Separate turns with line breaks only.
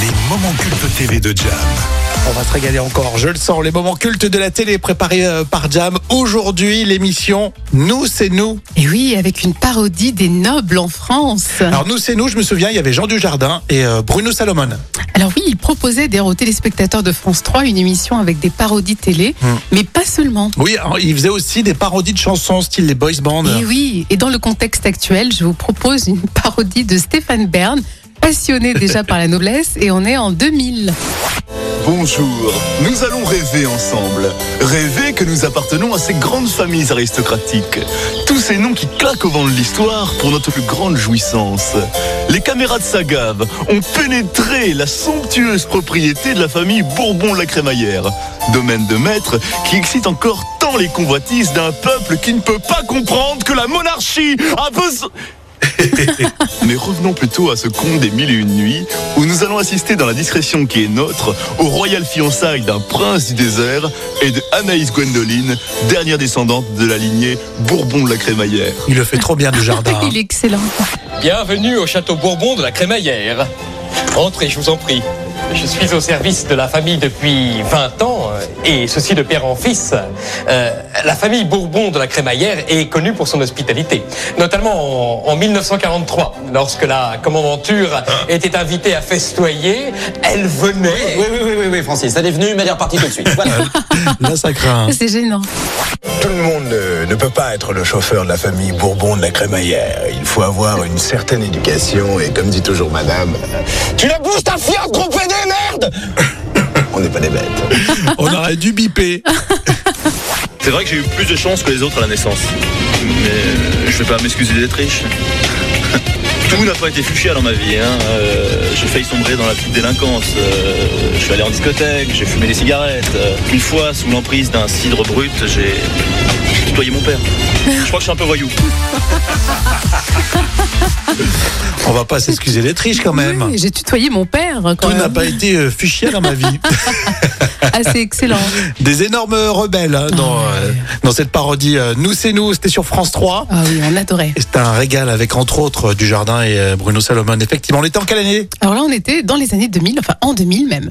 Les moments cultes TV de Jam.
On va se régaler encore, je le sens. Les moments cultes de la télé préparés euh, par Jam. Aujourd'hui, l'émission Nous, c'est nous.
Et oui, avec une parodie des nobles en France.
Alors, Nous, c'est nous, je me souviens, il y avait Jean Dujardin et euh, Bruno Salomon.
Alors oui, il proposait d'ailleurs aux téléspectateurs de France 3 une émission avec des parodies télé,
Mmh.
mais pas seulement.
Oui, alors, il faisait aussi des parodies de chansons, style les boys bands.
Et oui, et dans le contexte actuel, je vous propose une parodie de Stéphane Bern, passionné déjà par la noblesse, et on est en 2000.
Bonjour, nous allons rêver ensemble. Rêver que nous appartenons à ces grandes familles aristocratiques. Tous ces noms qui claquent au vent de l'histoire pour notre plus grande jouissance. Les caméras de Sagave ont pénétré la somptueuse propriété de la famille Bourbon-la Crémaillère. Domaine de maître qui excite encore tant les convoitises d'un peuple qui ne peut pas comprendre que la monarchie a besoin... Mais revenons plutôt à ce conte des mille et une nuits, où nous allons assister dans la discrétion qui est nôtre au royal fiançailles d'un prince du désert et de Anaïs Gwendoline, dernière descendante de la lignée Bourbon de la Crémaillère.
Il le fait trop bien, Dujardin.
Il est excellent.
Ah.
Bienvenue au château Bourbon de la Crémaillère. Entrez, je vous en prie. Je suis au service de la famille depuis 20 ans, euh, et ceci de père en fils. Euh, la famille Bourbon de la Crémaillère est connue pour son hospitalité, notamment en, en 1943, lorsque la commandanture était invitée à festoyer, elle venait...
Oui, oui, oui, oui, oui, Francis, elle est venue, mais elle est repartie tout de suite. Voilà.
Là, ça craint.
C'est gênant.
Tout le monde euh, ne peut pas être le chauffeur de la famille Bourbon de la crémaillère. Il faut avoir une certaine éducation et comme dit toujours madame, euh, tu la bouges ta fière gros pédé, merde On n'est pas des bêtes.
On aurait dû biper.
C'est vrai que j'ai eu plus de chance que les autres à la naissance. Mais euh, je vais pas m'excuser d'être riche. Tout n'a pas été fuchsia dans ma vie. hein. Euh, j'ai failli sombrer dans la petite délinquance. Euh, je suis allé en discothèque, j'ai fumé des cigarettes. Euh, une fois, sous l'emprise d'un cidre brut, j'ai j'ai tutoyé mon père. Je crois que je suis un peu voyou.
On va pas s'excuser d'être riche quand même.
Oui, J'ai tutoyé mon père quand
Tout n'a
même.
pas été euh, fuchsia dans ma vie.
Ah, c'est excellent.
Des énormes rebelles hein, dans, euh, dans cette parodie euh, Nous, c'est nous, c'était sur France 3.
Ah oui, on adorait.
Et C'était un régal avec entre autres Dujardin et euh, Bruno Salomon. Effectivement, on était en quelle année
Alors là, on était dans les années 2000, enfin en 2000 même.